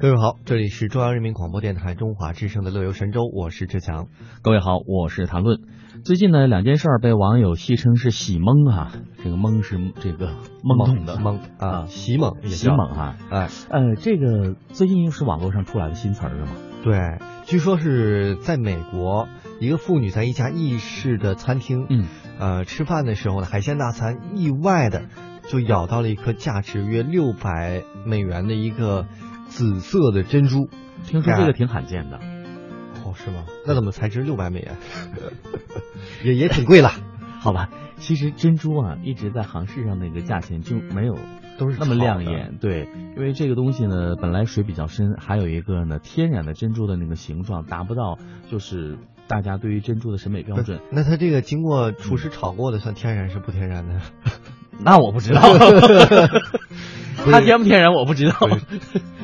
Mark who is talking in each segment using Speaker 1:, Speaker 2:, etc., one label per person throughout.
Speaker 1: 各位好，这里是中央人民广播电台中华之声的《乐游神州》，我是志强。
Speaker 2: 各位好，我是谭论。最近呢，两件事儿被网友戏称是“喜蒙”啊，这个“蒙”是这个懵懂的
Speaker 1: 蒙啊，喜猛也
Speaker 2: 喜
Speaker 1: 叫
Speaker 2: 蒙啊。
Speaker 1: 哎，
Speaker 2: 呃，这个最近又是网络上出来的新词儿是吗？
Speaker 1: 对，据说是在美国，一个妇女在一家意式的餐厅，
Speaker 2: 嗯，
Speaker 1: 呃，吃饭的时候呢，海鲜大餐意外的就咬到了一颗价值约六百美元的一个紫色的珍珠。
Speaker 2: 听说这个挺罕见的。
Speaker 1: 哦，是吗？那怎么才值六百美元？ 也也挺贵了，
Speaker 2: 好吧，其实珍珠啊，一直在行市上那个价钱就没有
Speaker 1: 都是
Speaker 2: 那么
Speaker 1: 炒的
Speaker 2: 亮。眼，对，因为这个东西呢，本来水比较深，还有一个呢，天然的珍珠的那个形状达不到，就是大家对于珍珠的审美标准。
Speaker 1: 那它这个经过厨师炒过的，算天然是不天然的？
Speaker 2: 那我不 知道，它天不天然我不知道，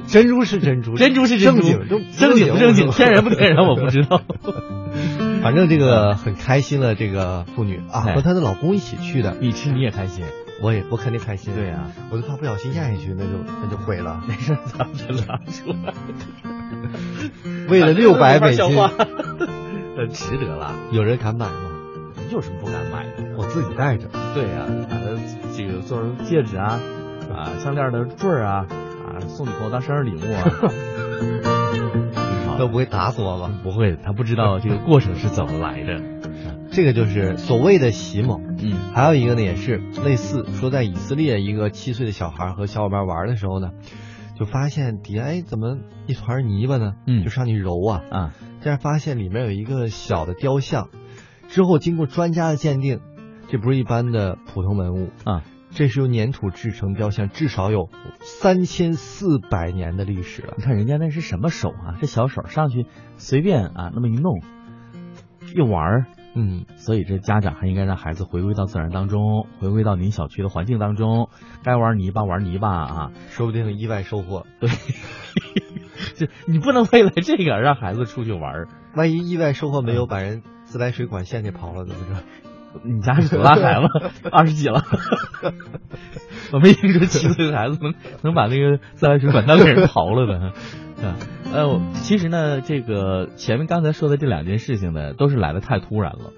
Speaker 1: 珍珠是珍珠，
Speaker 2: 珍珠是珍珠，
Speaker 1: 正经正
Speaker 2: 正经不正经，天然不天然我不知 道。
Speaker 1: 反正这个很开心了，这个妇女啊，
Speaker 2: 哎
Speaker 1: 和她的老公一起去的，
Speaker 2: 你吃你也开心，
Speaker 1: 我也我肯定开心。
Speaker 2: 对啊，
Speaker 1: 我就怕不小心咽下去，那就那就毁了。
Speaker 2: 没事，咱们就拿出 来，
Speaker 1: 为了六百美金，
Speaker 2: 没法消化呃，值得了，
Speaker 1: 有人敢买吗？
Speaker 2: 有什么不敢买的？
Speaker 1: 我自己带着。
Speaker 2: 对呀、把它这个做成戒指啊，啊项链的坠儿啊，啊送女朋友当生日礼 物啊。
Speaker 1: 都不会打死我吧？
Speaker 2: 不会，他不知道这个过程是怎么来的。
Speaker 1: 这个就是所谓的洗某，
Speaker 2: 嗯
Speaker 1: 还有一个呢，也是类似说，在以色列一个七岁的小孩和小伙伴玩的时候呢，就发现底下哎怎么一团泥巴呢？
Speaker 2: 嗯
Speaker 1: 就上去揉啊，
Speaker 2: 啊，
Speaker 1: 但是发现里面有一个小的雕像，之后经过专家的鉴定，这不是一般的普通文物
Speaker 2: 啊，
Speaker 1: 这是由粘土制成雕像，至少有三千四百年的历史了。
Speaker 2: 你看人家那是什么手啊？这小手上去随便啊那么一弄，一玩儿。
Speaker 1: 嗯，
Speaker 2: 所以这家长还应该让孩子回归到自然当中，回归到您小区的环境当中，该玩泥巴玩泥巴啊。
Speaker 1: 说不定有意外收获，
Speaker 2: 对，这你不能为了这个让孩子出去玩儿。
Speaker 1: 万一意外收获没有，把人自来水管线给刨了怎么着？
Speaker 2: 你家是多大孩 子？二十几了。 我没听说七岁的孩子能能把那个自来水管道给人刨了的。啊，呃，我其实呢，这个前面刚才说的这两件事情呢，都是来的太突然了。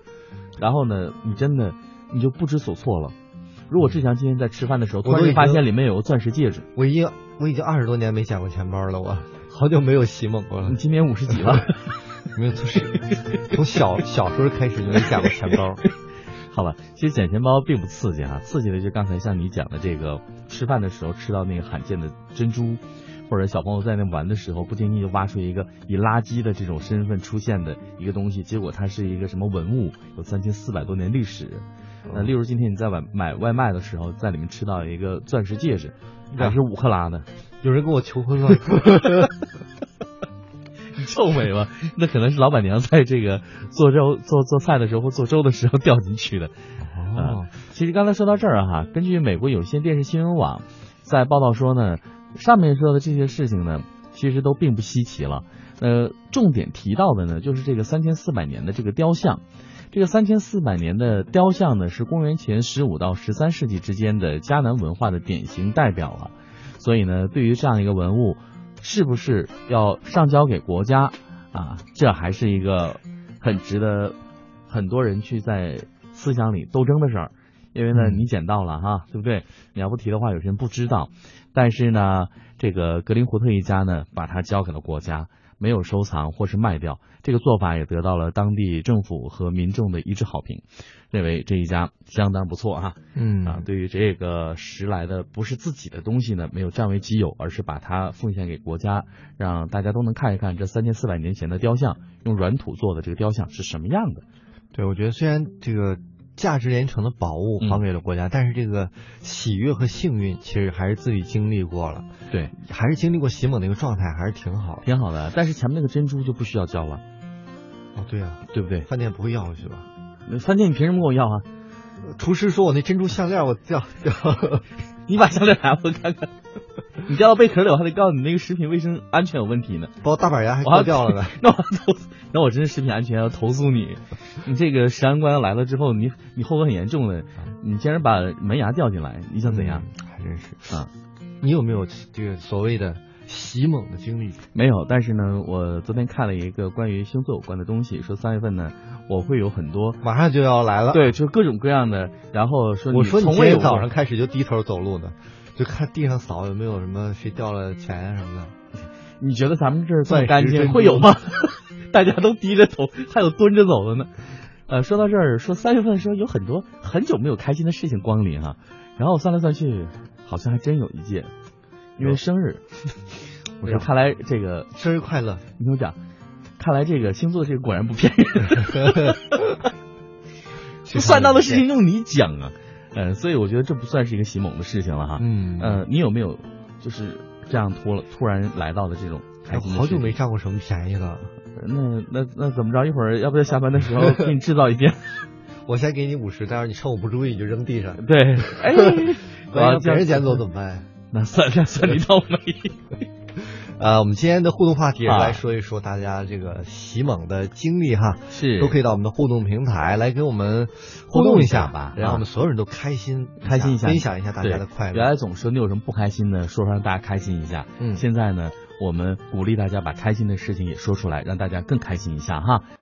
Speaker 2: 然后呢，你真的你就不知所措了。如果志强今天在吃饭的时候，突
Speaker 1: 我
Speaker 2: 然
Speaker 1: 都
Speaker 2: 就
Speaker 1: 已
Speaker 2: 发
Speaker 1: 经
Speaker 2: 现里面有个钻石戒指，
Speaker 1: 我已经我已经二十多年没捡过钱包了，我好久没有洗猛过了
Speaker 2: 你，今年五十几了，
Speaker 1: 没有从 从小小时候开始就没捡过钱 包。嗯
Speaker 2: 好吧，其实捡钱包并不刺激哈、刺激的就刚才像你讲的这个，吃饭的时候吃到那个罕见的珍珠，或者小朋友在那玩的时候不经意就挖出一个以垃圾的这种身份出现的一个东西，结果它是一个什么文物，有三千四百多年历史。
Speaker 1: 嗯啊
Speaker 2: 那例如今天你在买买外卖的时候，在里面吃到一个钻石戒指，还是五克拉的，
Speaker 1: 有人跟我求婚了，
Speaker 2: 你臭美吧？那可能是老板娘在这个做粥做做菜的时候或做粥的时候掉进去的。
Speaker 1: 哦，
Speaker 2: 其实刚才说到这儿哈、根据美国有线电视新闻网在报道说呢，上面说的这些事情呢，其实都并不稀奇了。呃，重点提到的呢，就是这个三千四百年的这个雕像。这个三千四百年的雕像呢，是公元前十五到十三世纪之间的迦南文化的典型代表了。所以呢，对于这样一个文物，是不是要上交给国家啊？这还是一个很值得很多人去在思想里斗争的事儿。因为呢，
Speaker 1: 嗯
Speaker 2: 你捡到了哈，对不对？你要不提的话，有些人不知道。但是呢，这个格林胡特一家呢，把它交给了国家，没有收藏或是卖掉。这个做法也得到了当地政府和民众的一致好评，认为这一家相当不错啊。
Speaker 1: 嗯
Speaker 2: 啊，对于这个拾来的不是自己的东西呢，没有占为己有，而是把它奉献给国家，让大家都能看一看这三千四百年前的雕像，用软土做的这个雕像是什么样的。
Speaker 1: 对，我觉得虽然这个价值连城的宝物
Speaker 2: 嗯
Speaker 1: 还给了国家，但是这个喜悦和幸运其实还是自己经历过了，
Speaker 2: 对，
Speaker 1: 还是经历过喜猛那个状态，还是挺好的。
Speaker 2: 挺好的。但是前面那个珍珠就不需要交了，
Speaker 1: 哦，对啊，
Speaker 2: 对不对？
Speaker 1: 饭店不会要回去吧？
Speaker 2: 那饭店你凭什么给我要啊？
Speaker 1: 厨师说我那珍珠项链我掉掉，
Speaker 2: 你把项链拿我看 看，你掉到贝壳里，我还得告诉你那个食品卫生安全有问题呢。
Speaker 1: 包大板牙还
Speaker 2: 我要
Speaker 1: 掉掉了呢。
Speaker 2: 那我投，那我真是食品安全要投诉你。你这个食安官来了之后，你你后果很严重的。你竟然把门牙掉进来，你想怎样？
Speaker 1: 嗯嗯？还真是
Speaker 2: 啊！
Speaker 1: 你有没有这个所谓的洗猛的经历？
Speaker 2: 没有，但是呢，我昨天看了一个关于星座有关的东西，说三月份呢，我会有很多，
Speaker 1: 马上就要来了。，
Speaker 2: 对，就各种各样的，然后说
Speaker 1: 啊我说你
Speaker 2: 从
Speaker 1: 今
Speaker 2: 未有
Speaker 1: 天
Speaker 2: 过
Speaker 1: 早上开始就低头走路呢，就看地上扫有没有什么谁掉了钱啊什么的。
Speaker 2: 你觉得咱们这儿这
Speaker 1: 钻
Speaker 2: 么
Speaker 1: 石
Speaker 2: 干净
Speaker 1: 珍珠
Speaker 2: 会有吗？ 大家都低着头，还有蹲着走的呢。 呃，说到这儿，说三月份的时候有很多很久没有开心的事情光临哈、然后我算来算去，好像还真有一件，因为
Speaker 1: 有
Speaker 2: 生 日。
Speaker 1: 哎
Speaker 2: 我说
Speaker 1: 呀
Speaker 2: 看来这个，
Speaker 1: 生日快乐！
Speaker 2: 你听我讲，看来这个星座这个果然不 骗人， 不算到的事情，用你讲啊。呃，所以我觉得这不算是一个洗猛的事情了哈。
Speaker 1: 嗯
Speaker 2: 呃，你有没有就是这样突了突然来到的这种开
Speaker 1: 哎
Speaker 2: 心的
Speaker 1: 好
Speaker 2: 事
Speaker 1: 久
Speaker 2: 情
Speaker 1: 没占过什么便宜了。
Speaker 2: 那那那怎么着？一会儿要不要下班的时候给你制造一 件？
Speaker 1: 我先给你五十，待会儿你趁我不注意你就扔地上，
Speaker 2: 对， 哎，我
Speaker 1: 万
Speaker 2: 要
Speaker 1: 一别人
Speaker 2: 这样
Speaker 1: 捡走怎么办？
Speaker 2: 那算那算你倒霉。
Speaker 1: 呃，我们今天的互动话题也是
Speaker 2: 啊
Speaker 1: 来说一说大家这个洗猛的经历哈，
Speaker 2: 是
Speaker 1: 都可以到我们的互动平台来给我们互
Speaker 2: 动
Speaker 1: 动
Speaker 2: 一
Speaker 1: 一
Speaker 2: 下
Speaker 1: 下
Speaker 2: 吧
Speaker 1: 让
Speaker 2: 啊
Speaker 1: 我们所有人都开心
Speaker 2: 开心一下
Speaker 1: 分享一下大家
Speaker 2: 对
Speaker 1: 的快
Speaker 2: 原
Speaker 1: 乐。
Speaker 2: 来总说你有什么不开心的，说出来让大家开心一下。
Speaker 1: 嗯
Speaker 2: 现在呢，我们鼓励大家把开心的事情也说出来，让大家更开心一下哈。